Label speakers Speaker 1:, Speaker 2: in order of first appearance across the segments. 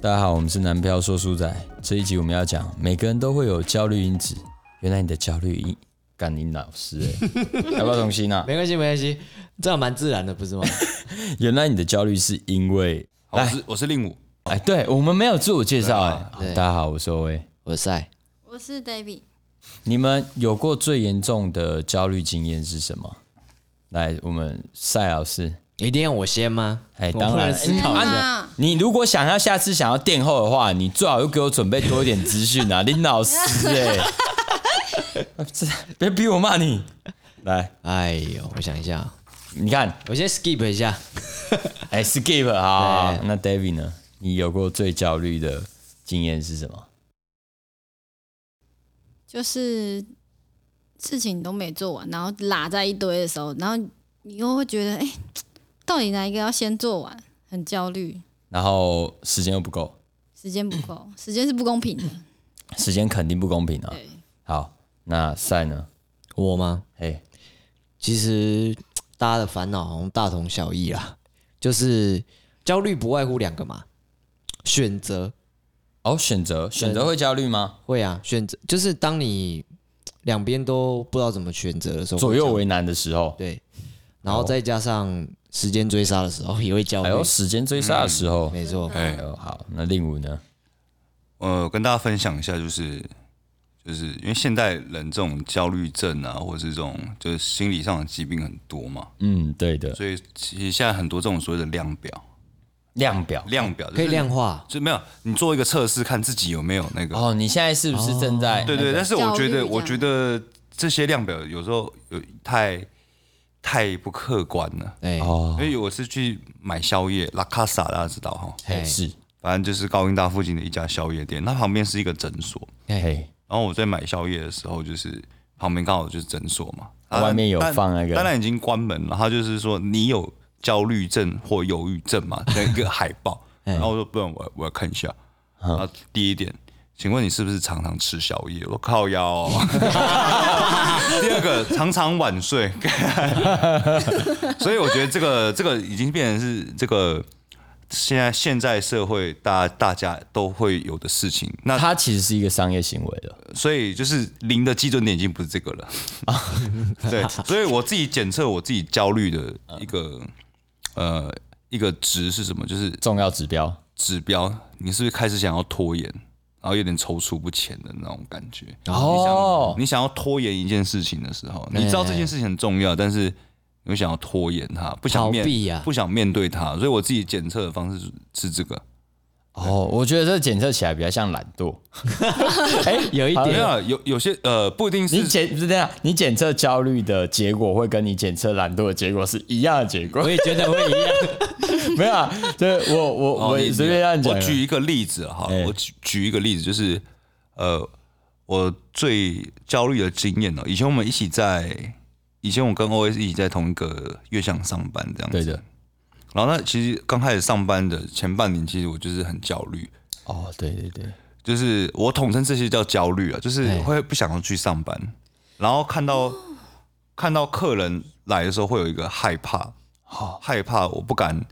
Speaker 1: 大家好，我们是南漂说书仔。这一集我们要讲，每个人都会有焦虑因子。原来你的焦虑因，干你老师、 欸，要不要重新啊？
Speaker 2: 没关系，没关系，这样蛮自然的，不是吗？
Speaker 1: 原来你的焦虑是因为，
Speaker 3: 好我是我是令武，
Speaker 1: 哎，对我们没有自我介绍哎、好
Speaker 2: 啊对
Speaker 1: 大家好，我是欧威。
Speaker 2: 我晒
Speaker 4: 我是 David，
Speaker 1: 你们有过最严重的焦虑经验是什么？来，我们赛老师，
Speaker 2: 一定要我先吗？
Speaker 1: 哎，
Speaker 2: 我
Speaker 1: 当
Speaker 2: 不
Speaker 1: 然
Speaker 2: 能思考一下。
Speaker 4: 啊，
Speaker 1: 你如果想要下次想要垫后的话，你最好又给我准备多一点资讯 啊，林老师哎、 这别逼我骂你。来，
Speaker 2: 哎呦，我想一下，
Speaker 1: 你看，
Speaker 2: 我先 skip 一下。
Speaker 1: 哎，skip 啊，
Speaker 2: 对
Speaker 1: 那 David 呢？你有过最焦虑的经验是什么？
Speaker 4: 就是事情都没做完，然后拉在一堆的时候，然后你又会觉得，哎、到底哪一个要先做完？很焦虑，
Speaker 1: 然后时间又不够，
Speaker 4: 时间不 够，时间是不公平的。
Speaker 1: 时间肯定不公平啊。
Speaker 4: 对，
Speaker 1: 好，那赛呢？
Speaker 2: 我吗？
Speaker 1: 哎，
Speaker 2: 其实大家的烦恼好像大同小异啦，就是焦虑不外乎两个嘛，选择
Speaker 1: 哦，选择选择会焦虑吗？
Speaker 2: 会啊，选择就是当你两边都不知道怎么选择的时候，
Speaker 1: 左右
Speaker 2: 会
Speaker 1: 为难的时候
Speaker 2: 这，样对，然后再加上时间追杀的时候也会焦
Speaker 1: 还
Speaker 2: 虑
Speaker 1: 有，时间追杀的时候。
Speaker 2: 没错，
Speaker 3: 哎，
Speaker 1: 哦，好，那令武呢？
Speaker 3: 呃，跟大家分享一下，就是就是因为现代人这种焦虑症啊，或者是这种就是心理上的疾病很多嘛，
Speaker 1: 嗯，对的，
Speaker 3: 所以其实现在很多这种所谓的量表，
Speaker 1: 哦量表。
Speaker 3: 量表、就是、
Speaker 2: 可以量，化，
Speaker 3: 就没有你做一个测试，看自己有没有那个。
Speaker 1: 哦，你现在是不是正在？
Speaker 3: 对对，但是我觉
Speaker 4: 焦虑这
Speaker 3: 得，
Speaker 4: 样
Speaker 3: 我觉得这些量表有时候有太太不客观了。
Speaker 2: 哎，
Speaker 1: 哦
Speaker 3: 因，为我是去买宵夜，拉卡萨大家知道哈，
Speaker 1: 嘿是，
Speaker 3: 反正就是高音大附近的一家宵夜店，那旁边是一个诊所，
Speaker 1: 嘿，
Speaker 3: 然后我在买宵夜的时候，就是旁边刚好就是诊所嘛，
Speaker 1: 啊外面有
Speaker 3: 当然
Speaker 1: 放那个
Speaker 3: 当然已经关门了。他就是说你有焦虑症或忧郁症嘛，的一个海 报。
Speaker 1: 哎
Speaker 3: 然后我说不然我我要看一下。
Speaker 1: 嗯
Speaker 3: 然后第一点，请问你是不是常常吃宵夜？我靠腰、哦。 第二个，常常晚睡。 所以我觉得这个这个已经变成是这个。现在现在社会大大家都会有的事情，那
Speaker 1: 它其实是一个商业行为了。
Speaker 3: 所以就是零的基准点已经不是这个了。对，所以我自己检测我自己焦虑的一个呃一个值是什么？就是
Speaker 1: 重要指标。
Speaker 3: 指标，你是不是开始想要拖延，然后有点踌躇不前的那种感觉？
Speaker 1: 哦，
Speaker 3: 你想要拖延一件事情的时候，你知道这件事情很重要，但是你想要拖延它，不想面
Speaker 2: 逃避呀
Speaker 3: 不想面对它，所以我自己检测的方式是这个。
Speaker 1: 哦，我觉得这检测起来比较像懒惰。 哎，
Speaker 2: 有一
Speaker 3: 没
Speaker 2: 点
Speaker 3: 有啊有有些呃不一定是
Speaker 1: 你检不是这样，你检测焦虑的结果会跟你检测懒惰的结果是一样的结果
Speaker 2: 我。也觉得会一样。
Speaker 1: 没有啊，这我我哦我
Speaker 3: 哦你
Speaker 1: 随便乱讲
Speaker 3: 我
Speaker 1: 啊。
Speaker 3: 举一个例子好了，
Speaker 1: 哎
Speaker 3: 我举举一个例子，就是呃，我最焦虑的经验哦，以前我们一起在，以前我跟 OS 一起在同一个月相上班这样子。
Speaker 1: 对的。
Speaker 3: 然后那其实刚开始上班的前半年，其实我就是很焦虑，
Speaker 1: 哦，对对对，
Speaker 3: 就是我统称这些叫焦虑啊，就是会不想要去上班，然后看到、看到客人来的时候会有一个害怕，
Speaker 1: 好
Speaker 3: 害怕我不敢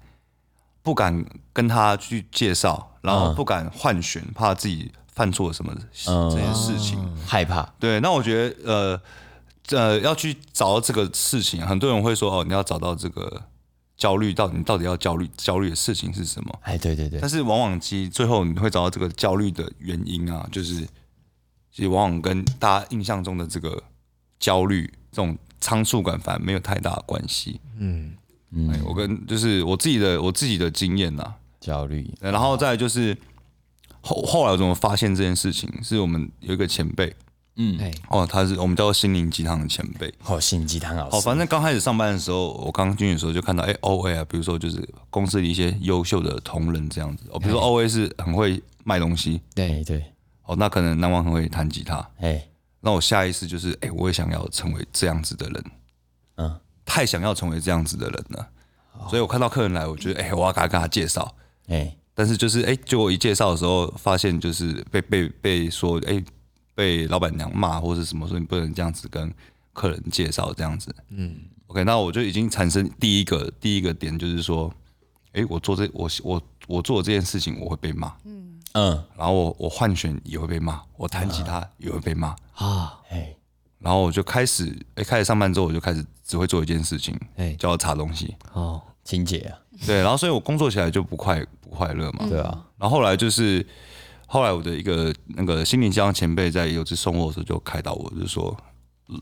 Speaker 3: 不敢跟他去介绍，然后不敢换选，怕自己犯错什么
Speaker 1: 嗯
Speaker 3: 这件事情。
Speaker 1: 害怕。
Speaker 3: 对，那我觉得呃呃要去找到这个事情，很多人会说哦，你要找到这个焦虑到底你到底要焦虑焦虑的事情是什么？
Speaker 1: 哎，对对对
Speaker 3: 但，是往往其实最后你会找到这个焦虑的原因啊，就是其实往往跟大家印象中的这个焦虑这种仓促感反而没有太大的关系。嗯嗯，我跟就是我自己的我自己的经验呐、
Speaker 1: 焦虑。
Speaker 3: 然后再来就是后后来我怎么发现这件事情，是我们有一个前辈
Speaker 2: 哎，
Speaker 3: 哦，他是我们叫做心灵鸡汤的前辈。
Speaker 1: 好，心灵鸡汤老
Speaker 3: 哦，
Speaker 1: 师。
Speaker 3: 反正刚开始上班的时候，我刚进去的时候就看到，哎，O A 啊，比如说就是公司的一些优秀的同仁这样子，哦，比如说 O A 是很会卖东西，
Speaker 1: 哎
Speaker 2: 对，
Speaker 1: 对，
Speaker 3: 哦，那可能南王很会弹吉他，
Speaker 1: 哎，
Speaker 3: 那我下意识就是，哎，我也想要成为这样子的人，
Speaker 1: 嗯，
Speaker 3: 太想要成为这样子的人了，所以我看到客人来，我觉得，哎，我要给他跟他介绍，
Speaker 1: 哎，
Speaker 3: 但是就是，哎，结果一介绍的时候，发现就是被被被说，哎，被老板娘骂或者什么，说你不能这样子跟客人介绍这样子，OK，那我就已经产生第一个第一个点，就是说，诶，我做这我我我做这件事情我会被骂，
Speaker 1: 嗯，
Speaker 3: 然后我我换选也会被骂，我弹吉他也会被骂，
Speaker 2: 啊，
Speaker 1: 哎，
Speaker 3: 然后我就开始，哎、开始上班之后我就开始只会做一件事情，
Speaker 2: 哎
Speaker 3: 叫查东西，
Speaker 2: 哦，
Speaker 1: 情节啊，
Speaker 3: 对，然后所以我工作起来就不快不快乐嘛，
Speaker 1: 对啊，
Speaker 3: 然后后来就是，后来我的一个那个心灵鸡汤前辈在有次送我的时候就开导我，就说，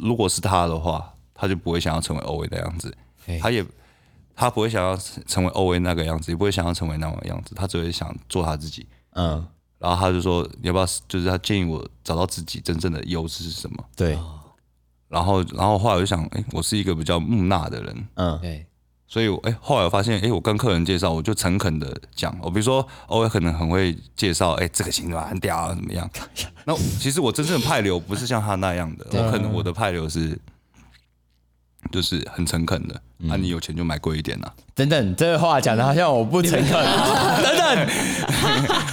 Speaker 3: 如果是他的话，他就不会想要成为 OA 的样子
Speaker 2: 嘿，
Speaker 3: 他也他不会想要成为 OA 那个样子，也不会想要成为那种样子，他只会想做他自己。
Speaker 1: 嗯，
Speaker 3: 然后他就说，你要不要？就是他建议我找到自己真正的优势是什么。
Speaker 1: 对，
Speaker 3: 然后，然后后来我就想，哎、我是一个比较木讷的人，
Speaker 1: 嗯，
Speaker 2: 对，
Speaker 3: 所以我，哎、后来我发现，哎、我跟客人介绍，我就诚恳的讲，我比如说，哦，我可能很会介绍，哎、这个琴软很屌啊，怎么样？那其实我真正的派流不是像他那样的，我可能我的派流是，就是很诚恳的，啊，你有钱就买贵一点啊呐、
Speaker 1: 等等，这话讲的好像我不诚恳，等等，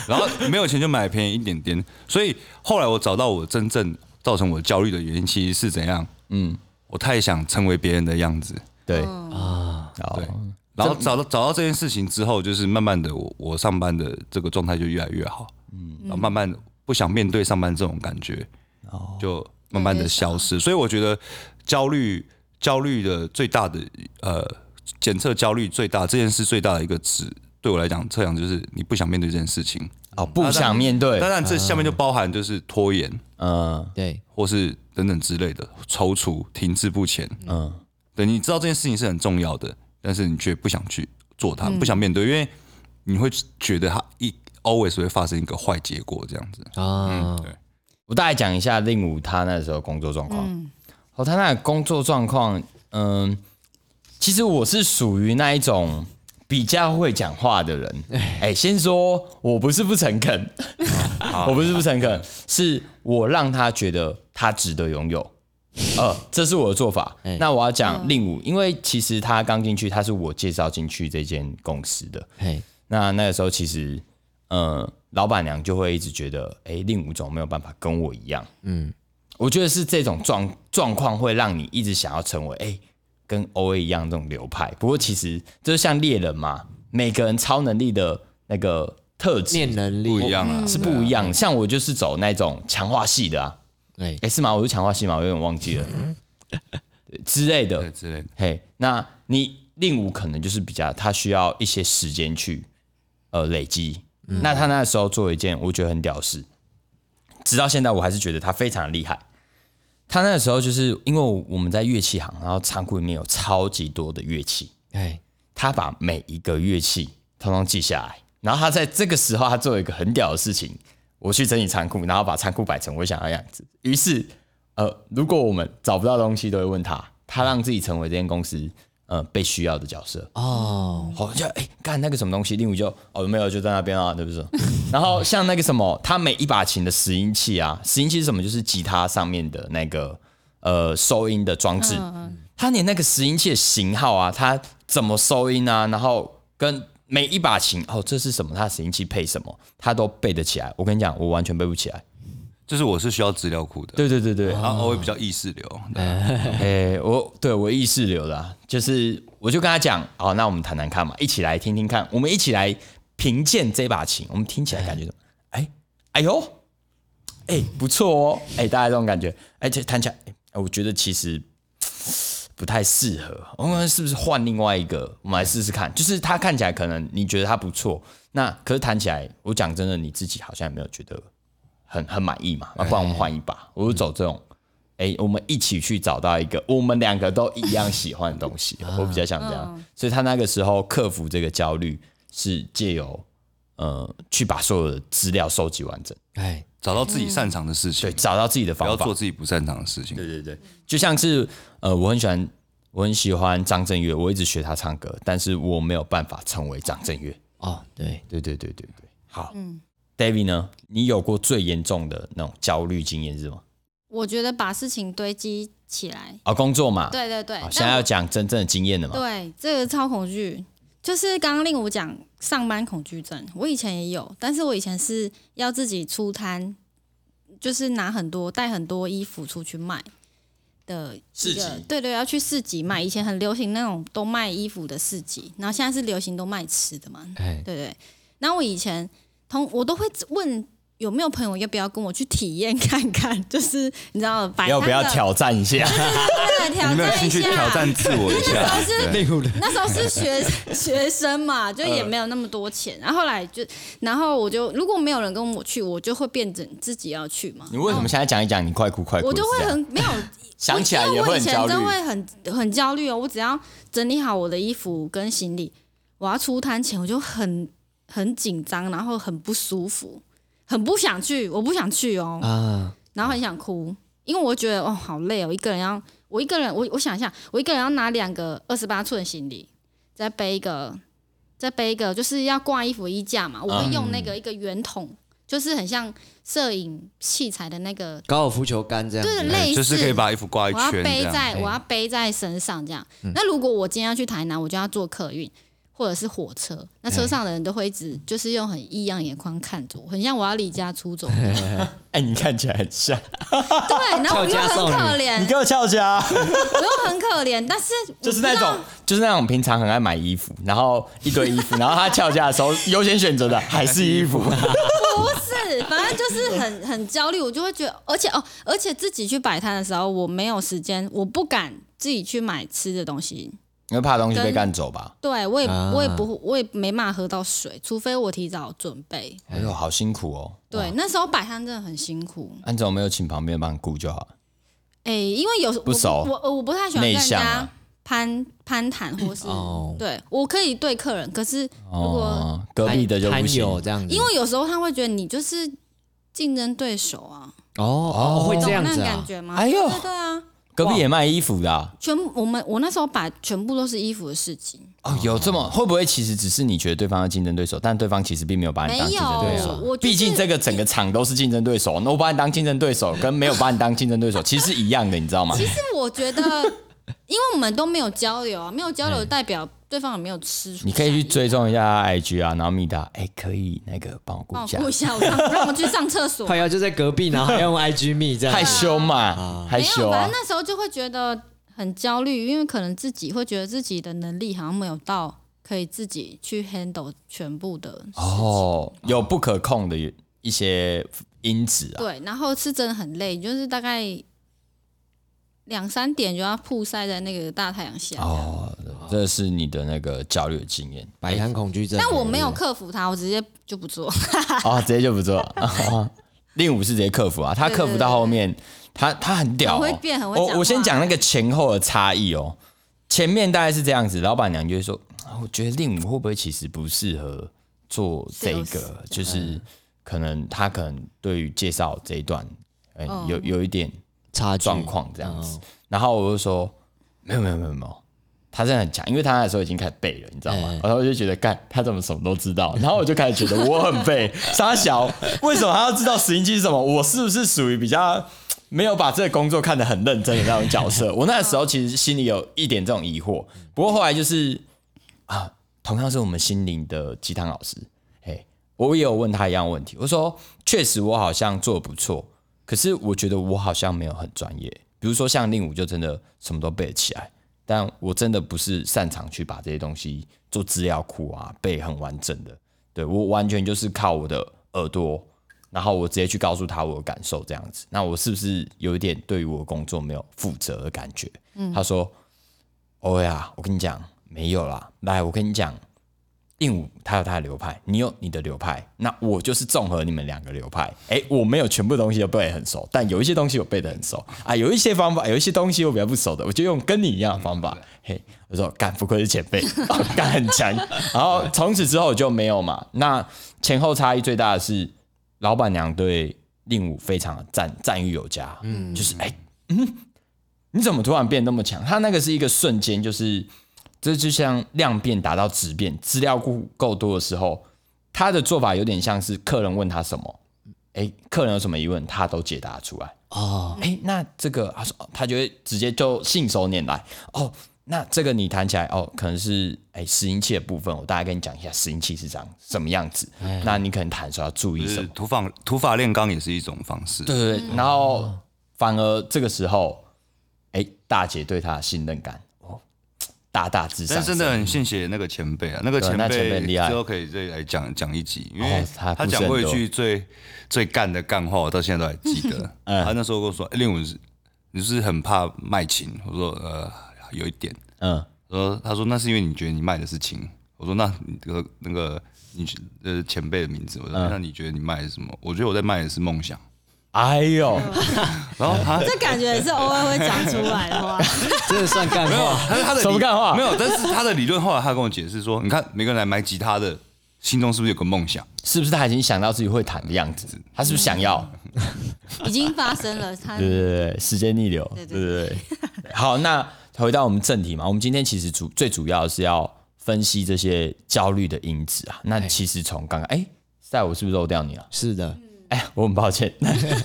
Speaker 3: 然后没有钱就买便宜一点点。所以后来我找到我真正造成我焦虑的原因，其实是怎样？
Speaker 1: 嗯，
Speaker 3: 我太想成为别人的样子，
Speaker 1: 对，
Speaker 2: 啊，
Speaker 1: 好
Speaker 3: 对，。然后找到找到这件事情之后，就是慢慢的我我上班的这个状态就越来越好，嗯，然后慢慢不想面对上班这种感觉，哦，就慢慢的消失。所以我觉得焦虑焦虑的最大的呃检测焦虑最大这件事最大的一个指对我来讲测量就是你不想面对这件事情，
Speaker 1: 哦，不想面对
Speaker 3: 当，然这下面就包含就是拖延
Speaker 1: 嗯
Speaker 2: 对，
Speaker 3: 或是等等之类的踌躇停滞不前，
Speaker 1: 嗯，
Speaker 3: 对，你知道这件事情是很重要的，但是你却不想去做
Speaker 4: 嗯
Speaker 3: 它，不想面对，因为你会觉得它一 always 会发生一个坏结果这样子。
Speaker 1: 嗯
Speaker 2: 啊，
Speaker 3: 对，
Speaker 1: 我大概讲一下令武他那时候工作状况。哦，他那个工作状况，嗯，其实我是属于那一种比较会讲话的人。哎，先说我不是不诚恳， 我不是不诚恳，是我让他觉得他值得拥有。呃，这是我的做法。那我要讲令武，因为其实他刚进去，他是我介绍进去这间公司的。
Speaker 2: 嘿，
Speaker 1: 那那个时候其实，呃，老板娘就会一直觉得，哎、令武总没有办法跟我一样。嗯，我觉得是这种状状况会让你一直想要成为，哎、跟 O A 一样这种流派。不过其实就是像猎人嘛，每个人超能力的那个特质
Speaker 2: 念能力
Speaker 3: 不一，样啊，
Speaker 1: 是不一样。像我就是走那种强化系的啊，
Speaker 2: 哎
Speaker 1: 哎、，是吗？我是强化系吗？我有点忘记了对之类的
Speaker 3: 对。之类的。
Speaker 1: 嘿，那你令武可能就是比较，他需要一些时间去呃累积。那他那时候做一件我觉得很屌事，直到现在我还是觉得他非常厉害。他那时候就是因为我们在乐器行，然后仓库里面有超级多的乐器，
Speaker 2: 哎，
Speaker 1: 他把每一个乐器通通记下来，然后他在这个时候他做了一个很屌的事情，我去整理仓库，然后把仓库摆成我想要的样子。于是，呃，如果我们找不到东西，都会问他，他让自己成为这间公司呃被需要的角色。
Speaker 2: 哦，
Speaker 1: 好像哎，干那个什么东西，令武就哦没有，就在那边啊，对不 对？然后像那个什么，他每一把琴的拾音器啊，拾音器是什么？就是吉他上面的那个呃收音的装置，他连那个拾音器的型号啊，他怎么收音啊，然后跟每一把琴哦这是什么，他拾音器配什么，他都背得起来。我跟你讲，我完全背不起来。
Speaker 3: 就是我是需要资料库的，
Speaker 1: 对啊对对对，
Speaker 3: 然后我会比较意识流。
Speaker 1: 哎、我对我意识流的啊、就是我就跟他讲，好，那我们谈谈看嘛，一起来听听看，我们一起来评鉴这把琴，我们听起来感觉怎么？哎，哎呦，哎，不错哦，哎，大家这种感觉，哎，这弹起来，哎我觉得其实嘖不太适合，我们是不是换另外一个？我们来试试看，就是它看起来可能你觉得它不错，那可是弹起来，我讲真的，你自己好像也没有觉得很很满意嘛，那不然我们换一把，我就走这种。哎、我们一起去找到一个我们两个都一样喜欢的东 西。
Speaker 3: 啊
Speaker 1: 我比较想这样，
Speaker 4: 嗯
Speaker 1: 所以他那个时候克服这个焦虑是借由呃去把所有的资料收集完整，
Speaker 2: 哎，
Speaker 3: 找到
Speaker 4: 嗯
Speaker 3: 自己擅长的事情
Speaker 1: 对，，找到自己的
Speaker 3: 嗯不要
Speaker 1: 方法
Speaker 3: 做。自己不擅长的事情。
Speaker 1: 对对对，就像是呃，我很喜欢我很喜欢张震岳，我一直学他唱歌，但是我没有办法成为张震岳。
Speaker 2: 哦，对，
Speaker 1: 对对对对对，好，David 呢？你有过最严重的那种焦虑经验是吗？
Speaker 4: 我觉得把事情堆积起来，
Speaker 1: 啊，工作嘛，
Speaker 4: 对对对
Speaker 1: 好，，现在
Speaker 4: 但
Speaker 1: 要
Speaker 4: 我
Speaker 1: 讲真正的经验的嘛，
Speaker 4: 对这个超恐惧，就是刚刚令我讲上班恐惧症，我以前也有，但是我以前是要自己出摊，就是拿很多带很多衣服出去卖的
Speaker 1: 市
Speaker 4: 一个
Speaker 1: 集
Speaker 4: 对对，要去市集卖，以前很流行那种都卖衣服的市集，然后现在是流行都卖吃的嘛，
Speaker 2: 哎，
Speaker 4: 对对。然后我以前同我都会问有没有朋友要不要跟我去体验看看，就是你知道，摆
Speaker 1: 要不要
Speaker 4: 摊的
Speaker 1: 挑战一下？
Speaker 4: 对挑
Speaker 3: 你没有
Speaker 4: 战
Speaker 3: 兴
Speaker 4: 一
Speaker 3: 趣
Speaker 4: 下？
Speaker 3: 挑战自我一下？
Speaker 4: 那时候是
Speaker 3: 对
Speaker 4: 那时候是学学生嘛，就也没有那么多钱。然后后来就，然后我就如果没有人跟我去，我就会变成自己要去嘛。
Speaker 1: 你为什么现在讲一讲你快哭快哭
Speaker 4: 我
Speaker 1: 是这
Speaker 4: 就
Speaker 1: 样？
Speaker 4: 会很没有
Speaker 1: 想起来
Speaker 4: 因为
Speaker 1: 也
Speaker 4: 我
Speaker 1: 会
Speaker 4: 以
Speaker 1: 很
Speaker 4: 前
Speaker 1: 焦虑
Speaker 4: 真。会很很焦虑哦。我只要整理好我的衣服跟行李，我要出摊前我就很很紧张，然后很不舒服，很不想去，我不想去哦，
Speaker 2: 啊，
Speaker 4: 然后很想哭，因为我觉得哦好累哦，一个人要我一个人，我我想一下，我一个人要拿两个二十八寸行李，再背一个，再背一个，就是要挂衣服衣架嘛，
Speaker 3: 嗯
Speaker 4: 我会用那个一个圆筒，就是很像摄影器材的那个。
Speaker 2: 高尔夫球杆这样
Speaker 4: 对，
Speaker 2: 子，
Speaker 4: 类似
Speaker 3: 嗯就是可以把衣服挂一
Speaker 4: 我要
Speaker 3: 圈这
Speaker 4: 背
Speaker 3: 样。嗯
Speaker 4: 在我要背在身上这样。那如果我今天要去台南，我就要坐客运或者是火车，那
Speaker 3: 嗯
Speaker 4: 车上的人都会一直就是用很异样眼光看着我，很像我要离家 出走。对，
Speaker 1: 哎，你看起来很像，
Speaker 4: 然后我
Speaker 2: 俏
Speaker 4: 又
Speaker 2: 佳
Speaker 4: 很
Speaker 2: 少女
Speaker 4: 可
Speaker 1: 你
Speaker 4: 怜，
Speaker 1: 给我翘家，
Speaker 4: 我又很可怜，但是我
Speaker 1: 就是那
Speaker 4: 不知道
Speaker 1: 种，就是那种平常很爱买衣服，然后一堆衣 服，然后他翘家的时候优先选择的还是衣服。
Speaker 4: 不是，反正就是很很焦虑，我就会觉得，而且哦，而且自己去摆摊的时候，我没有时间，我不敢自己去买吃的东西，
Speaker 1: 因为怕东西被干走吧？
Speaker 4: 对我也、
Speaker 2: 啊
Speaker 4: 我也不我也没办法喝到水，除非我提早准备。
Speaker 1: 哎呦，好辛苦哦。
Speaker 4: 对，那时候摆摊真的很辛苦。
Speaker 1: 安总没有请旁边帮你顾就好了。
Speaker 4: 哎、因为有时
Speaker 1: 不熟
Speaker 4: 我我我不太喜欢跟
Speaker 1: 内
Speaker 4: 人
Speaker 1: 向
Speaker 4: 家
Speaker 1: 啊
Speaker 4: 攀攀谈或是、
Speaker 2: 哦
Speaker 4: 对我可以对客人，可是如果、
Speaker 1: 哦，隔
Speaker 2: 哎
Speaker 1: 壁的就不
Speaker 2: 摊
Speaker 1: 行。
Speaker 2: 友这样子，
Speaker 4: 因为有时候他会觉得你就是竞争对手啊，
Speaker 2: 哦哦会这
Speaker 4: 懂
Speaker 2: 样
Speaker 4: 那
Speaker 2: 子
Speaker 4: 种
Speaker 2: 啊
Speaker 4: 感，觉吗？
Speaker 1: 哎呦
Speaker 4: 对对啊，
Speaker 1: 隔壁也卖衣服的啊、
Speaker 4: 全部我们我那时候把全部都是衣服的事情，
Speaker 1: 哦，有这么会不会？其实只是你觉得对方是竞争对手，但对方其实并没有把你
Speaker 4: 没
Speaker 1: 当竞争对
Speaker 4: 有
Speaker 1: 手。，
Speaker 4: 我就是
Speaker 1: 毕竟这个整个场都是竞争对手，那我把你当竞争对手，跟没有把你当竞争对手其实是一样的，你知道吗？
Speaker 4: 其实我觉得，因为我们都没有交流啊，没有交流代表对方有没有吃出
Speaker 1: 你可以去
Speaker 4: 善意
Speaker 1: 追踪一下他 IG 啊，然后密他，哎、可以那个帮我顾
Speaker 4: 帮
Speaker 1: 一下
Speaker 4: 我，顾一下，我让让我们去上 厕所
Speaker 2: 快。要就在隔壁，然后还用 IG 密这样
Speaker 1: 害
Speaker 2: 子，
Speaker 1: 羞嘛，害
Speaker 4: 没
Speaker 1: 羞
Speaker 4: 有，反
Speaker 1: 啊
Speaker 4: 正，那时候就会觉得很焦虑，因为可能自己会觉得自己的能力好像没有到可以自己去 handle 全部的事情。
Speaker 1: 哦，有不可控的一些因子啊，
Speaker 4: 对，然后是真的很累，就是大概两三点就要曝晒在那个大太阳下。
Speaker 1: 哦，这是你的那个焦虑的经验
Speaker 2: 摆摊恐惧症。
Speaker 4: 但我没有
Speaker 2: 对
Speaker 4: 克服它，我直接就不做。
Speaker 1: 哦，直接就不做。哦令武是直接克服啊，他克服到后面，他他很屌、哦，
Speaker 4: 很会变很会讲
Speaker 1: 我
Speaker 4: 话欸
Speaker 1: 我先讲那个前后的差异哦，前面大概是这样子，老板娘就会说，啊我觉得令武会不会其实不适合做这
Speaker 4: Sales
Speaker 1: 个，
Speaker 4: 嗯
Speaker 1: 就是可能他可能对于介绍这一段，嗯，
Speaker 4: 嗯
Speaker 1: 有有一点
Speaker 2: 不对差距哦
Speaker 1: 状况这样子。然后我就说没有没有没有没有，他真的很强，因为他那时候已经开始背了，你知道吗？
Speaker 2: 嗯
Speaker 1: 然后我就觉得干他怎么什么都知道，然后我就开始觉得我很 背，沙小为什么他要知道拾音机是什么？我是不是属于比较？没有把这个工作看得很认真的那种角色，我那时候其实心里有一点这种疑惑，不过后来就是啊，同样是我们心灵的鸡汤老师，哎，我也有问他一样的问题，我说确实我好像做得不错，可是我觉得我好像没有很专业。比如说像令武就真的什么都背得起来，但我真的不是擅长去把这些东西做资料库啊背很完整的。对我完全就是靠我的耳朵，然后我直接去告诉他我的感受这样子。那我是不是有一点对于我的工作没有负责的感觉？他说：“哦呀，我跟你讲，没有啦。来，我跟你讲，令武他有他的流派，你有你的流派，那我就是综合你们两个流派。哎，我没有全部东西都背得很熟，但有一些东西我背得很熟啊，有一些方法，有一些东西我比较不熟的，我就用跟你一样的方法。嘿，我说干，不愧是前辈， 干很强。然后从此之后我就没有嘛。那前后差异最大的是，老板娘对令武非常的赞赞誉有加，嗯，就是哎，嗯，你怎么突然变那么强？他那个是一个瞬间，就是。这就像量变达到质变，资料库够多的时候，他的做法有点像是客人问他什么，哎，客人有什么疑问，他都解答出来。
Speaker 2: 哦，
Speaker 1: 哎，那这个他说，哦他就会直接就信手拈来。哦，那这个你谈起来，哦，可能是哎拾音器的部分，我大概跟你讲一下拾音器是长什么样子。那你可能谈的时候要注意
Speaker 3: 就
Speaker 1: 什
Speaker 3: 是
Speaker 1: 么？
Speaker 3: 土法土法炼钢也是一种方式。
Speaker 1: 对对对。然后反而这个时候，哎，大姐对他的信任感，哦，大大致上
Speaker 3: 但
Speaker 1: 升，
Speaker 3: 真的很谢谢那个前辈啊，那个
Speaker 1: 对
Speaker 3: 前
Speaker 1: 那前辈
Speaker 3: 辈
Speaker 1: 很厉害
Speaker 3: 之后可以再来讲讲一集，因
Speaker 1: 哦
Speaker 3: 为
Speaker 1: 他
Speaker 3: 他
Speaker 1: 故事
Speaker 3: 讲过一
Speaker 1: 很多
Speaker 3: 句最最干的干话，我到现在都还记 得。
Speaker 1: 嗯
Speaker 3: 他那时候跟我说：“哎令武，你是不是很怕卖琴？”我说：“呃，有一点。
Speaker 1: 嗯，”
Speaker 3: 呃，他说：“那是因为你觉得你卖的是琴。”我说：“那你这个那个你呃前辈的名字？”我
Speaker 1: 嗯
Speaker 3: 说：“那你觉得你卖的是什么？”我觉得我在卖的是梦想。
Speaker 1: 哎呦，
Speaker 3: 然后他
Speaker 4: 这感觉也是偶尔会讲出来的话。
Speaker 2: 真的算干
Speaker 3: 没有
Speaker 2: 话。，
Speaker 3: 他他的理
Speaker 1: 什么干话
Speaker 3: 没有，但是他的理论后来他跟我解释说：“你看每个人来买吉他的心中是不是有个梦想？”
Speaker 1: 是不是他已经想到自己会弹的样子？他是不是想要？
Speaker 4: 已经发生了，他
Speaker 1: 对对对，时间逆流，对
Speaker 4: 对
Speaker 1: 对对。 好，那回到我们正题嘛，我们今天其实主最主要是要分析这些焦虑的因子啊。那其实从刚刚，哎、赛我是不是漏掉你了？
Speaker 2: 是的，
Speaker 1: 哎，我很抱歉。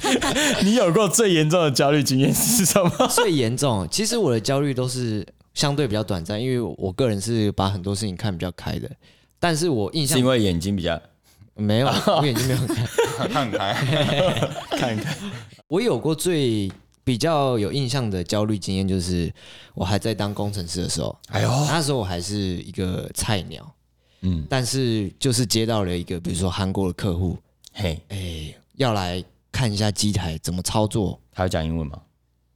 Speaker 1: 你有过最严重的焦虑经验是什么？
Speaker 2: 最严重。其实我的焦虑都是相对比较短暂，因为我个人是把很多事情看比较开的。但是我印
Speaker 1: 是
Speaker 2: 象
Speaker 1: 因为眼睛比较
Speaker 2: 没有，我眼睛没有看。
Speaker 3: 看开。
Speaker 1: 看看
Speaker 2: 我有过最比较有印象的焦虑经验，就是我还在当工程师的时候。
Speaker 1: 哎呦
Speaker 2: 那时候我还是一个菜鸟，嗯，但是就是接到了一个，比如说韩国的客户，
Speaker 1: 嘿，
Speaker 2: 哎、要来看一下机台怎么操作。
Speaker 1: 他会讲英文吗？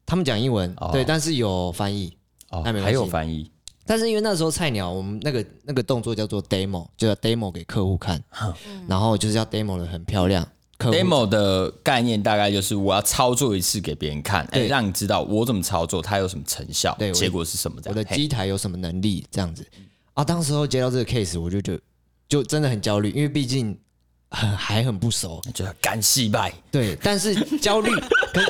Speaker 2: 他们讲英文，
Speaker 1: 哦
Speaker 2: 对，但是有翻译。
Speaker 1: 哦，
Speaker 2: 那没关
Speaker 1: 还
Speaker 2: 系
Speaker 1: 有翻译，
Speaker 2: 但是因为那时候菜鸟，我们那个那个动作叫做 demo，就要 demo 给客户看，然后就是要 demo 的很漂亮。客户
Speaker 1: demo 的概念大概就是我要操作一次给别人看，哎、
Speaker 2: 对
Speaker 1: 让你知道我怎么操作，它有什么成效，
Speaker 2: 对我
Speaker 1: 结果是什么这
Speaker 2: 我
Speaker 1: 样。
Speaker 2: 的
Speaker 1: 嘿
Speaker 2: 机台有什么能力这样子啊？当时候接到这个 case，我就觉得就真的很焦虑，因为毕竟很还很不熟，
Speaker 1: 那就干戏拜，
Speaker 2: 对，但是焦 虑，可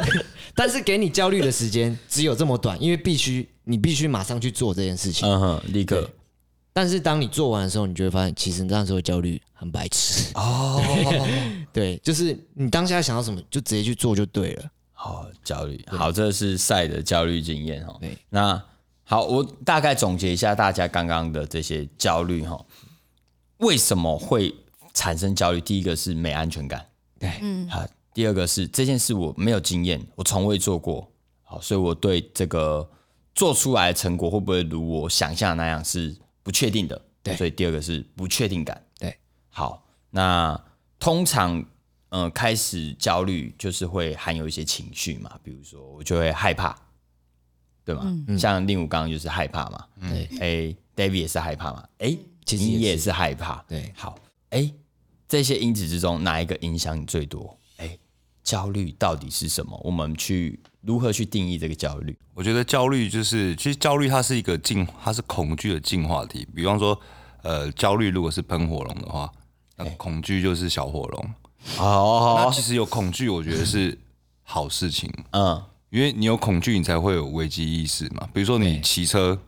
Speaker 2: 但是给你焦虑的时间只有这么短，因为必须你必须马上去做这件事情。
Speaker 1: 嗯哼，立刻
Speaker 2: 对但是当你做完的时候，你就会发现，其实那时候焦虑很白痴。
Speaker 1: 哦，
Speaker 2: 对，就是你当下想到什么，就直接去做就对了。
Speaker 1: 好焦虑，好，这是赛的焦虑经验哈。
Speaker 2: 对，
Speaker 1: 那好，我大概总结一下大家刚刚的这些焦虑哈，为什么会产生焦虑？第一个是没安全感，
Speaker 2: 对，
Speaker 1: 嗯，好，第二个是这件事我没有经验，我从未做过，好，所以我对这个做出来的成果会不会如我想象的那样是不确定的，
Speaker 2: 对
Speaker 1: 所以第二个是不确定感，
Speaker 2: 对，
Speaker 1: 好，那通常，呃，开始焦虑就是会含有一些情绪嘛，比如说我就会害怕，对吗？像令武刚刚就是害怕嘛，
Speaker 2: 嗯对，
Speaker 1: 哎、d a v i d 也是害怕嘛，哎、
Speaker 2: 其实
Speaker 1: 你
Speaker 2: 也
Speaker 1: 也是害怕，
Speaker 2: 对
Speaker 1: 好，哎、这些因子之中哪一个影响你最多？哎、焦虑到底是什么？我们去如何去定义这个焦虑？
Speaker 3: 我觉得焦虑就是，其实焦虑它是一个进，它是恐惧的进化体。比方说，呃，焦虑如果是喷火龙的话，那恐惧就是小火龙。那
Speaker 1: 哦，
Speaker 3: 其实有恐惧，我觉得是好事情，
Speaker 1: 嗯，
Speaker 3: 因为你有恐惧，你才会有危机意识嘛。比如说你骑车，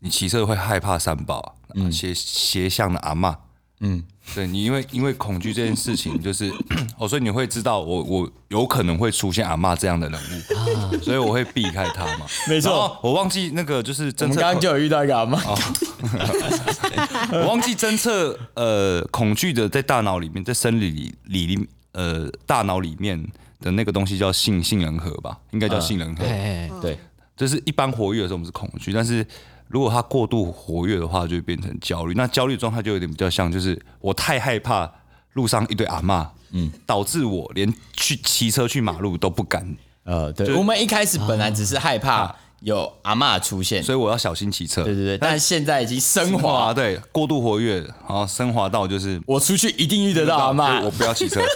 Speaker 3: 你骑车会害怕三宝，啊斜斜向的阿嬷。
Speaker 1: 嗯
Speaker 3: 嗯，对你因为因为恐惧这件事情，就是哦，所以你会知道我我有可能会出现阿嬷这样的人物，所以我会避开他嘛。
Speaker 1: 啊没
Speaker 3: 然后，我忘记那个就是
Speaker 1: 我
Speaker 3: 侦
Speaker 1: 们刚
Speaker 3: 测
Speaker 1: 刚
Speaker 3: 恐，
Speaker 1: 就有遇到一个阿妈，
Speaker 3: 我忘记侦测呃恐惧的在大脑里面，在生理里里里呃大脑里面的那个东西叫杏杏仁核吧，应该
Speaker 1: 啊
Speaker 3: 叫杏仁核，
Speaker 2: 哎，
Speaker 1: 哦对，
Speaker 3: 就是一般活跃的时候我们是恐惧，但是如果它过度活跃的话，就会变成焦虑。那焦虑状态就有点比较像，就是我太害怕路上一堆阿嬷，嗯，导致我连去骑车去马路都不敢，
Speaker 1: 呃，对，
Speaker 3: 就
Speaker 1: 我们一开始本来只是害怕有阿嬷出现，
Speaker 3: 所以我要小心骑车。
Speaker 1: 对对对，但现在已经升华，
Speaker 3: 对过度活跃，然后升华到就是
Speaker 1: 我出去一定遇得到阿
Speaker 3: 所以我
Speaker 1: 嬷。
Speaker 3: 不要骑车。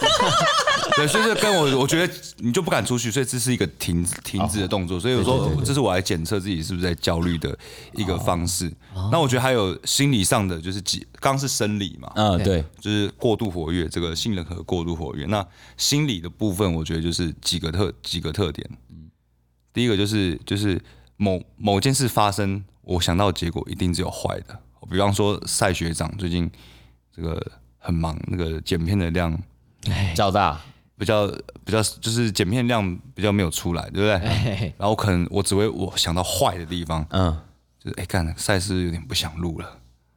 Speaker 3: 对，所以这跟我，我觉得你就不敢出去，所以这是一个停停
Speaker 1: 哦
Speaker 3: 止的动作。所以我说，这是我来检测自己是不是在焦虑的一
Speaker 1: 哦
Speaker 3: 个方式。那我觉得还有心理上的，就是几刚是生理嘛，
Speaker 1: 嗯，对，
Speaker 3: 就是过度活跃，这个杏仁核过度活跃。那心理的部分，我觉得就是几个特几个特点。
Speaker 1: 嗯
Speaker 3: 第一个就是就是某某件事发生，我想到的结果一定只有坏的。比方说赛学长最近这个很忙，那个剪片的量
Speaker 1: 较大，
Speaker 3: 比较比较就是剪片量比较没有出来，对不对？
Speaker 2: 哎，
Speaker 3: 然后可能我只会我想到坏的地方，
Speaker 1: 嗯，
Speaker 3: 就是哎，干赛事有点不想录了。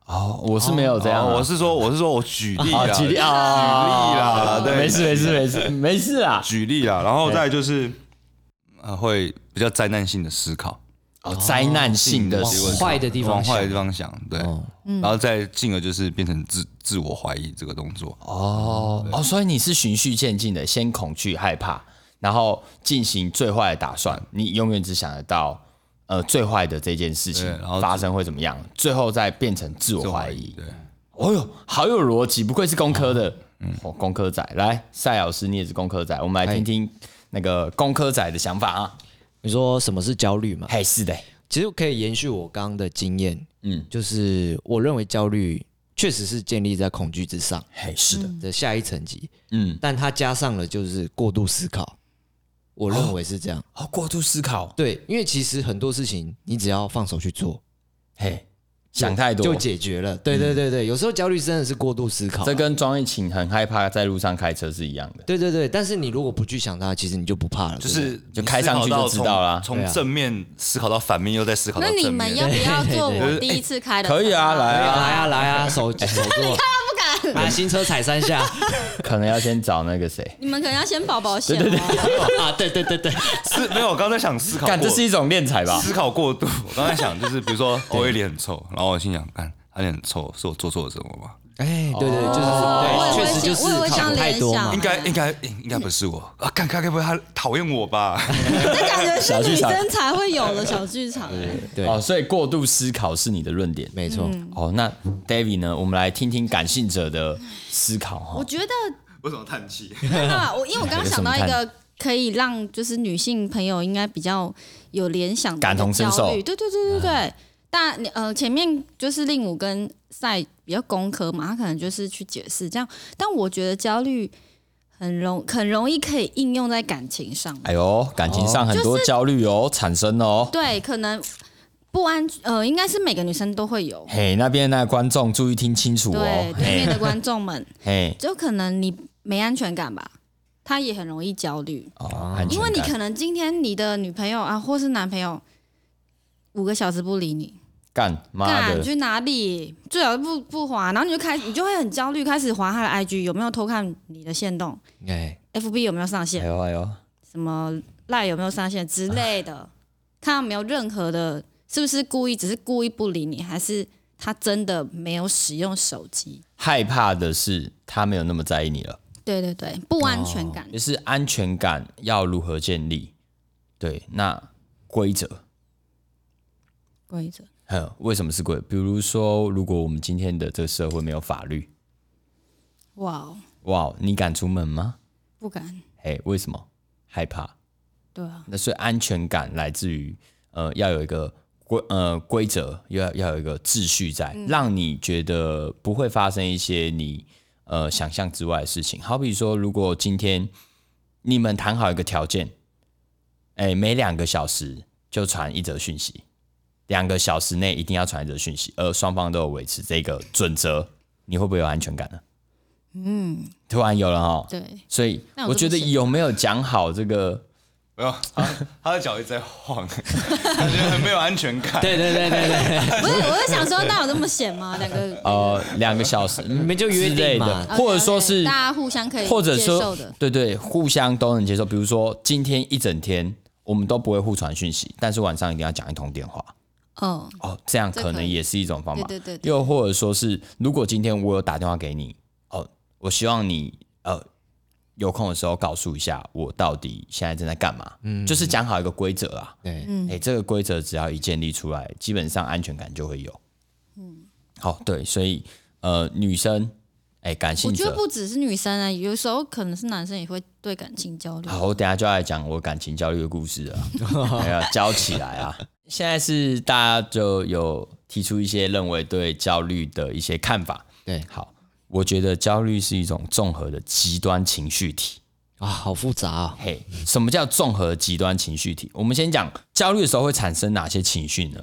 Speaker 1: 哦，我是没有这样啊，
Speaker 3: 哦我是说我是说我举例
Speaker 1: 啊，
Speaker 3: 啦，
Speaker 1: 举例啊，
Speaker 3: 举例啦对
Speaker 1: 没事没事没事没事啊，
Speaker 3: 哎举例啊，然后再就是，呃，会比较灾难性的思考，
Speaker 1: 哦，灾难性的
Speaker 2: 往
Speaker 1: 事
Speaker 2: 坏的地方
Speaker 3: 往
Speaker 2: 想
Speaker 3: 坏的地方想，对，
Speaker 2: 哦
Speaker 4: 嗯
Speaker 3: 然后再进而就是变成自自我怀疑这个动作，
Speaker 1: 哦哦，所以你是循序渐进的，先恐惧害怕，然后进行最坏的打算，你永远只想得到呃最坏的这件事情
Speaker 3: 对然后
Speaker 1: 发生会怎么样，最后再变成自
Speaker 3: 自
Speaker 1: 我
Speaker 3: 我
Speaker 1: 怀
Speaker 3: 怀
Speaker 1: 疑
Speaker 3: 疑，。对，
Speaker 1: 哦哟，好有逻辑，不愧是工科的。哦，工科仔，来，赛老师你也是工科仔，我们来听听那个工科仔的想法啊。
Speaker 2: 你说什么是焦虑嘛？
Speaker 1: 嘿，是的，
Speaker 2: 其实可以延续我刚刚的经验，
Speaker 1: 嗯
Speaker 2: 嗯，就是我认为焦虑确实是建立在恐惧之上
Speaker 1: 嘿，是的，
Speaker 2: 的下一层级，
Speaker 1: 嗯，
Speaker 2: 但它加上了就是过度思考，我认为是这样。
Speaker 1: 好，过度思考，
Speaker 2: 对，因为其实很多事情你只要放手去做，
Speaker 1: 嘿，想太多，
Speaker 2: 就解决了。对对对对，有时候焦虑真的嗯是过度思考啊、
Speaker 1: 这跟庄一晴很害怕在路上开车是一样的。
Speaker 2: 对对对，但是你如果不去想它，其实你就不怕了。
Speaker 3: 就
Speaker 2: 对不对
Speaker 3: 是
Speaker 1: 就开上去就知道啦
Speaker 3: 从
Speaker 2: 对啊
Speaker 3: 从正面思考到反面，又再思考到
Speaker 4: 那你
Speaker 3: 正
Speaker 4: 们
Speaker 3: 面。
Speaker 4: 要不要做
Speaker 2: 对
Speaker 3: 对对
Speaker 4: 我第一次开的？
Speaker 1: 可以啊，来
Speaker 2: 来啊
Speaker 1: 啊，
Speaker 2: 来啊来啊， 手手做，
Speaker 4: 不敢，
Speaker 2: 把新车踩三下
Speaker 1: 可能要先找那个谁。
Speaker 4: 你们可能要先保保险哦。
Speaker 2: 啊！对对对对，
Speaker 3: 是没有，我刚才想思考
Speaker 1: 干，
Speaker 3: 过，
Speaker 1: 这是一种练财吧？
Speaker 3: 思考过度。 我刚才想就是，比如 说哦我有脸很臭，然后我心想，干他脸很臭，是我做错了什么吗？
Speaker 2: 哎，对对，就是
Speaker 4: 我
Speaker 2: 对，
Speaker 4: 也会
Speaker 2: 确实就
Speaker 4: 想我也
Speaker 2: 是
Speaker 4: 会这样
Speaker 2: 想太多嘛
Speaker 4: 联
Speaker 3: 应。该应该应应该不是我啊！干他该不会他讨厌我吧？
Speaker 4: 这感觉
Speaker 1: 小
Speaker 4: 是
Speaker 1: 剧
Speaker 4: 女
Speaker 1: 场
Speaker 4: 生才会有的小剧场。
Speaker 2: 对
Speaker 1: 哦，所以过度思考是你的论点。
Speaker 2: 没错，
Speaker 1: 哦，那 David 呢？我们来听听感性者的思考
Speaker 4: 我
Speaker 1: 哈。
Speaker 4: 觉得
Speaker 3: 为什么叹气？
Speaker 4: 真的，我因为我刚刚想到一 个可以让就是女性朋友应该比较有联想的
Speaker 1: 感同身受嗯
Speaker 4: 焦虑对对对对对。但你呃，前面就是令武跟赛比较工科嘛，他可能就是去解释这样。但我觉得焦虑很容很容易可以应用在感情上，
Speaker 1: 哎呦，感情上很多焦虑哦，产生哦。
Speaker 4: 对，可能不安呃，应该是每个女生都 会有。
Speaker 1: 嘿，那边那个观众注意听清楚
Speaker 4: 对
Speaker 1: 哦。，
Speaker 4: 对
Speaker 1: 嘿，
Speaker 4: 面的观众们，
Speaker 1: 嘿，
Speaker 4: 就可能你没安全感吧，他也很容易焦虑。
Speaker 1: 哦，安全
Speaker 4: 因为你
Speaker 1: 感
Speaker 4: 可能今天你的女朋友啊，或是男朋友，五个小时不理你，
Speaker 1: 干妈
Speaker 4: 干
Speaker 1: 的，
Speaker 4: 去哪里？最好不不滑，然后你就开，你就会很焦虑，开始滑他的 IG 有没有偷看你的线动
Speaker 2: 哎，
Speaker 4: ，FB 有没有上
Speaker 1: 哎
Speaker 4: 线，
Speaker 1: 呦哎呦，
Speaker 4: 什么赖有没有上线之类的，看到没有任何的，是不是故意？只是故意不理你，还是他真的没有使用手机？
Speaker 1: 害怕的是他没有那么在意你了，
Speaker 4: 对对对，不安全感。
Speaker 1: 就是安全感要如何建立？对，那规则。
Speaker 4: 规则
Speaker 1: 哼，为什么是贵？比如说，如果我们今天的这个社会没有法律，
Speaker 4: 哇哦，
Speaker 1: 哇，你敢出门吗？
Speaker 4: 不敢，
Speaker 1: 哎，为什么？害怕。
Speaker 4: 对啊，
Speaker 1: 那所以安全感来自于呃，要有一个规呃规则，要要有一个秩序在，
Speaker 4: 嗯
Speaker 1: 让你觉得不会发生一些你呃想象之外的事情。好比说，如果今天你们谈好一个条件，哎，每两个小时就传一则讯息，两个小时内一定要传一则讯息，而双方都有维持这个准则，你会不会有安全感呢？嗯，突然有了哦，
Speaker 4: 对。
Speaker 1: 所以
Speaker 4: 那我
Speaker 1: 我
Speaker 4: 就
Speaker 1: 觉
Speaker 4: 不
Speaker 1: 得
Speaker 4: 行
Speaker 1: 有没有讲好这个？
Speaker 3: 没有，他他的脚一直在晃， 他觉得很没有安全感。
Speaker 2: 对对对对对，
Speaker 4: 不是，我是想说，那有这么闲吗？两个
Speaker 1: 呃，两个小时，你
Speaker 2: 们就约定嘛
Speaker 1: 的，或者说是，
Speaker 4: 大家互相可以
Speaker 1: 或者
Speaker 4: 接受
Speaker 1: 说
Speaker 4: 的，
Speaker 1: 对对，互相都能接受。比如说今天一整天我们都不会互传讯息，但是晚上一定要讲一通电话。
Speaker 4: 嗯，
Speaker 1: 哦，这样
Speaker 4: 这
Speaker 1: 可
Speaker 4: 可
Speaker 1: 能
Speaker 4: 以
Speaker 1: 也是一种方法。
Speaker 4: 对对对对
Speaker 1: 又或者说是，如果今天我有打电话给你，哦，我希望你呃有空的时候告诉一下我到底现在正在干嘛。嗯，就是讲好一个规则啊。
Speaker 2: 对
Speaker 1: 哎、这个规则只要一建立出来，基本上安全感就会有。嗯，好，对，所以呃，女生，哎、感性
Speaker 4: 我觉
Speaker 1: 者
Speaker 4: 得，不只是女生啊，有时候可能是男生也会对感情焦虑。
Speaker 1: 好，我等一下就要来讲我感情焦虑的故事了啊，哎呀，焦起来啊！现在是大家就有提出一些认为对焦虑的一些看法。
Speaker 2: 对
Speaker 1: 好，我觉得焦虑是一种综合的极端情绪体。
Speaker 2: 啊，好复杂啊，
Speaker 1: 嘿，什么叫综合极端情绪体？我们先讲焦虑的时候会产生哪些情绪呢？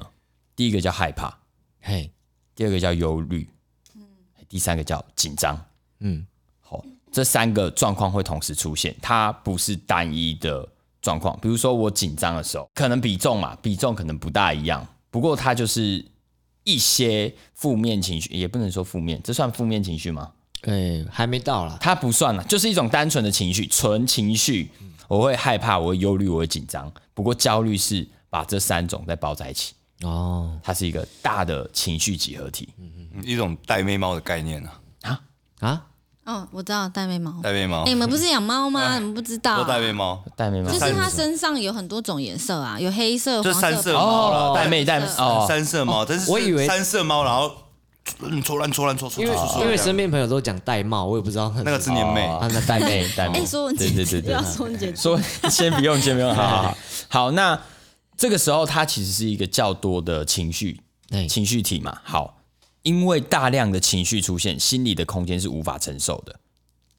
Speaker 1: 第一个叫害怕，
Speaker 2: 嘿，
Speaker 1: 第二个叫忧虑，第三个叫紧张，
Speaker 2: 嗯，
Speaker 1: 好，这三个状况会同时出现，它不是单一的状况。比如说我紧张的时候，可能比重嘛，比重可能不大一样，不过它就是一些负面情绪，也不能说负面，这算负面情绪吗？
Speaker 2: 哎，还没到啦，
Speaker 1: 它不算了，就是一种单纯的情绪，纯情绪。我会害怕，我会忧虑，我会紧张。不过焦虑是把这三种再包在一起，
Speaker 2: 哦，
Speaker 1: 它是一个大的情绪集合体。
Speaker 3: 嗯一种带妹猫的概念啊，
Speaker 2: 啊，
Speaker 4: 哦，我知道带妹猫。
Speaker 3: 带妹猫
Speaker 4: 哎，你们不是养猫吗？你们不知道
Speaker 3: 都
Speaker 4: 啊？
Speaker 3: 带妹猫，
Speaker 1: 带哎妹吗？
Speaker 4: 就是
Speaker 3: 三
Speaker 4: 它身上有很多种颜色啊，有黑色、
Speaker 3: 就
Speaker 4: 黄
Speaker 3: 三色
Speaker 4: 色、
Speaker 3: 猫
Speaker 1: 哦，
Speaker 3: 了，
Speaker 1: 带妹带妹哦，
Speaker 3: 三色猫，但是
Speaker 2: 我以为
Speaker 3: 三色猫，然后嗯戳乱戳乱戳戳
Speaker 2: 因为
Speaker 3: 戳戳
Speaker 2: 因为
Speaker 3: 戳，
Speaker 2: 身边朋友都讲戴帽，我也不知道
Speaker 3: 哦那个是年妹，
Speaker 2: 啊
Speaker 1: 哦那带 妹带妹。
Speaker 4: 哎，说文
Speaker 1: 对
Speaker 4: 姐，
Speaker 1: 对对
Speaker 4: 不
Speaker 1: 对
Speaker 4: 要，说文姐，
Speaker 1: 说先不用，先不用，好好好。好，那这个时候它其实是一个较多的情绪
Speaker 2: 哎
Speaker 1: 情绪体嘛。好，因为大量的情绪出现，心理的空间是无法承受的。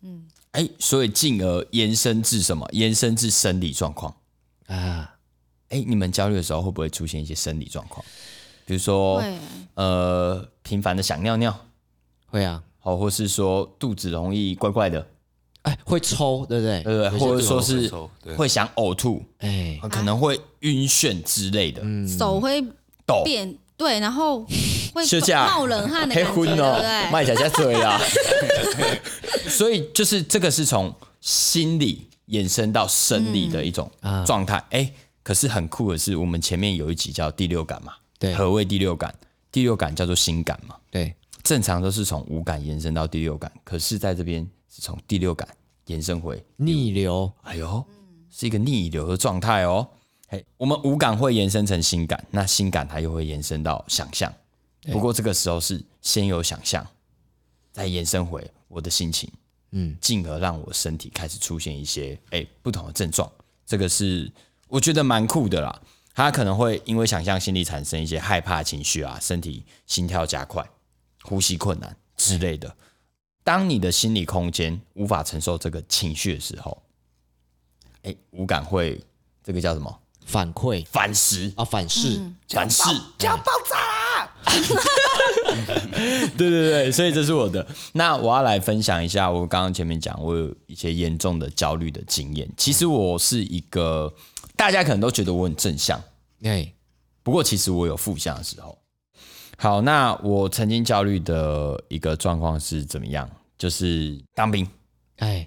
Speaker 1: 嗯，哎，所以进而延伸至什么？延伸至生理状况。
Speaker 2: 啊，
Speaker 1: 哎，你们焦虑的时候会不会出现一些生理状况？比如说，
Speaker 4: 对，
Speaker 1: 呃，频繁的想尿尿，
Speaker 2: 会啊，
Speaker 1: 好，或是说肚子容易怪怪的，
Speaker 2: 哎，会抽，对不对？
Speaker 1: 呃，
Speaker 2: 有些
Speaker 1: 或者
Speaker 2: 对
Speaker 1: 说
Speaker 2: 吧
Speaker 1: 是
Speaker 3: 抽对
Speaker 1: 会想呕吐，
Speaker 2: 哎，
Speaker 1: 可能会晕眩之类的，
Speaker 4: 手会
Speaker 1: 抖，
Speaker 4: 变对，然后会
Speaker 1: 哦休假
Speaker 4: 冒冷汗的
Speaker 1: 黑
Speaker 4: 感觉，
Speaker 1: 昏
Speaker 4: 对不
Speaker 1: 哦
Speaker 4: 对，？
Speaker 1: 卖假假嘴 啦。所以就是这个是从心理延伸到生理
Speaker 4: 嗯
Speaker 1: 的一种状态。哎、可是很酷的是，我们前面有一集叫第六感嘛，
Speaker 2: 对
Speaker 1: 何谓第六感？第六感叫做心感嘛，
Speaker 2: 对，
Speaker 1: 正常都是从五感延伸到第六感，可是在这边是从第六感延伸回
Speaker 2: 逆流，
Speaker 1: 哎呦，是一个逆流的状态哦。嘿，我们五感会延伸成心感，那心感它又会延伸到想象。不过这个时候是先有想象，再延伸回我的心情，
Speaker 2: 嗯，
Speaker 1: 进而让我身体开始出现一些哎不同的症状。这个是我觉得蛮酷的啦。它可能会因为想象心理产生一些害怕情绪啊，身体心跳加快、呼吸困难之类的。当你的心理空间无法承受这个情绪的时候，哎，五感会这个叫什么？
Speaker 2: 反馈
Speaker 1: 反噬，
Speaker 2: 啊，反噬，
Speaker 1: 反噬，要爆炸啦！ 对对对，所以这是我的。那我要来分享一下，我刚刚前面讲，我有一些严重的焦虑的经验。其实我是一个，大家可能都觉得我很正向，
Speaker 2: 哎，
Speaker 1: 不过其实我有负向的时候。好，那我曾经焦虑的一个状况是怎么样？就是当兵。
Speaker 2: 哎，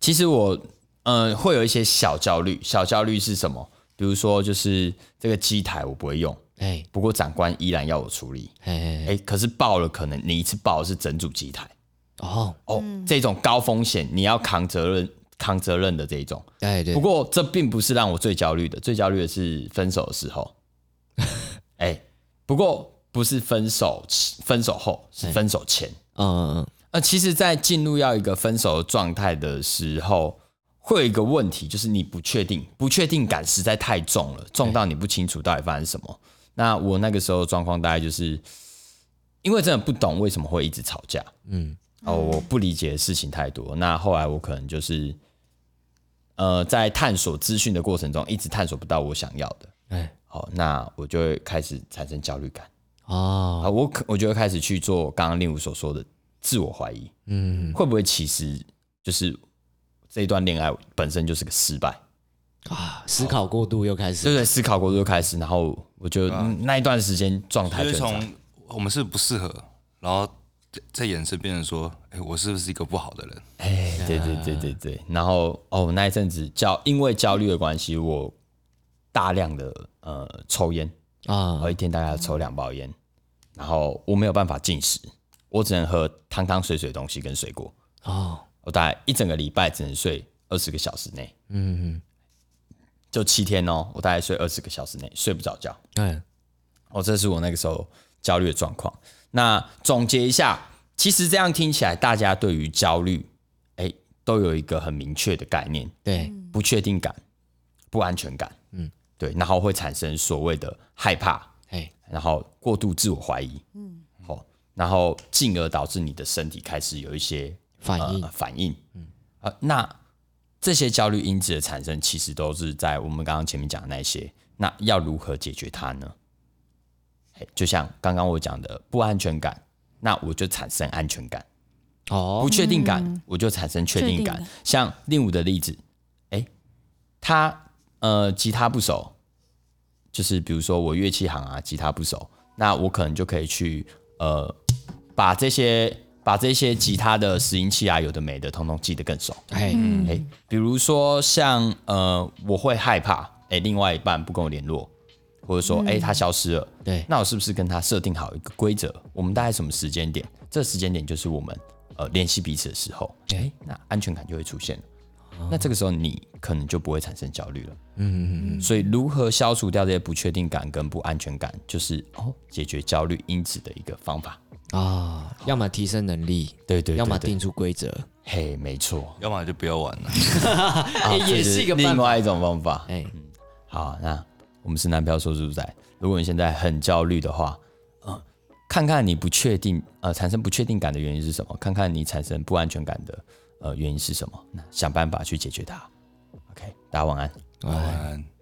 Speaker 1: 其实我呃会有一些小焦虑，小焦虑是什么？比如说就是这个机台我不会用，
Speaker 2: 哎，
Speaker 1: 不过长官依然要我处理。
Speaker 2: 哎，
Speaker 1: 哎，可是爆了，可能你一次爆的是整组机台
Speaker 2: 哦，
Speaker 1: 哦，这种高风险你要扛责任、扛责任的这一种。
Speaker 2: 哎，对，
Speaker 1: 不过这并不是让我最焦虑的，最焦虑的是分手的时候。哎，不过不是分手前，分手后是分手前。
Speaker 2: 嗯，嗯嗯
Speaker 1: 呃，其实，在进入要一个分手的状态的时候，会有一个问题，就是你不确定，不确定感实在太重了，重到你不清楚到底发生什么。那我那个时候的状况大概就是，因为真的不懂为什么会一直吵架，嗯
Speaker 2: 嗯，
Speaker 1: 哦，我不理解的事情太多。那后来我可能就是，呃，在探索资讯的过程中，一直探索不到我想要的。
Speaker 2: 哎，
Speaker 1: 好、那我就会开始产生焦虑感。
Speaker 2: 哦，
Speaker 1: 啊，我可我就会开始去做刚刚令武所说的自我怀疑，嗯，会不会其实就是这一段恋爱本身就是个失败，
Speaker 2: 啊，思考过度又开
Speaker 1: 对
Speaker 2: 始，
Speaker 1: 不对？思考过度就开始，然后我就、嗯那一段时间状态
Speaker 3: 就是
Speaker 1: 就从
Speaker 3: 从我们是不适合，然后再再延伸变成说，哎，我是不是一个不好的人？
Speaker 1: 哎，对对对对对，然后哦那一阵子焦因为焦虑的关系，我大量的呃抽烟，
Speaker 2: 啊
Speaker 1: 我一天大概抽两包烟，然后我没有办法进食，我只能喝汤汤水水的东西跟水果，
Speaker 2: 哦，
Speaker 1: 我大概一整个礼拜只能睡二十个小时内，嗯，就七天哦，我大概睡二十个小时内睡不着觉。
Speaker 2: 哎，
Speaker 1: 哦，这是我那个时候焦虑的状况。那总结一下，其实这样听起来，大家对于焦虑，哎，都有一个很明确的概念，
Speaker 2: 对，
Speaker 1: 不确定感、不安全感，嗯，对，然后会产生所谓的害怕，
Speaker 2: 哎，
Speaker 1: 然后过度自我怀疑，嗯，好、然后进而导致你的身体开始有一些
Speaker 2: 反应
Speaker 1: 呃、反应，嗯，呃，那这些焦虑因子的产生，其实都是在我们刚刚前面讲的那些。那要如何解决它呢？嘿就像刚刚我讲的不安全感，那我就产生安全感；
Speaker 2: 哦
Speaker 1: 不，确定感，我就产生嗯确定
Speaker 4: 确定
Speaker 1: 感。
Speaker 4: 感
Speaker 1: 像令武的例子，哎、他呃吉他不熟，就是比如说我乐器行啊，吉他不熟，那我可能就可以去呃把这些把这些吉他的拾音器啊，有的没的，通通记得更熟。
Speaker 2: 哎，
Speaker 1: 哎、比如说像呃，我会害怕，哎、另外一半不跟我联络，或者说哎、诶它消失了，
Speaker 2: 对
Speaker 1: 那我是不是跟他设定好一个规则？我们大概什么时间点？这时间点就是我们呃联系彼此的时候，哎、那安全感就会出现了。那这个时候你可能就不会产生焦虑了。哦嗯嗯嗯。所以如何消除掉这些不确定感跟不安全感，就是哦解决焦虑因子的一个方法。
Speaker 2: 啊，要么提升能力，
Speaker 1: 对对对
Speaker 2: 要么
Speaker 1: 对
Speaker 2: 定出规则，
Speaker 1: 嘿，没 错，
Speaker 3: 要么就不要玩了。
Speaker 1: 啊这
Speaker 2: 也是一个办
Speaker 1: 另
Speaker 2: 法
Speaker 1: 外一种方法。
Speaker 2: 哎，
Speaker 1: 好，那我们是男票说书仔。如果你现在很焦虑的话，嗯、看看你不确定呃产生不确定感的原因是什么，看看你产生不安全感的呃原因是什么，那想办法去解决它。OK，大家晚安。
Speaker 3: 晚安。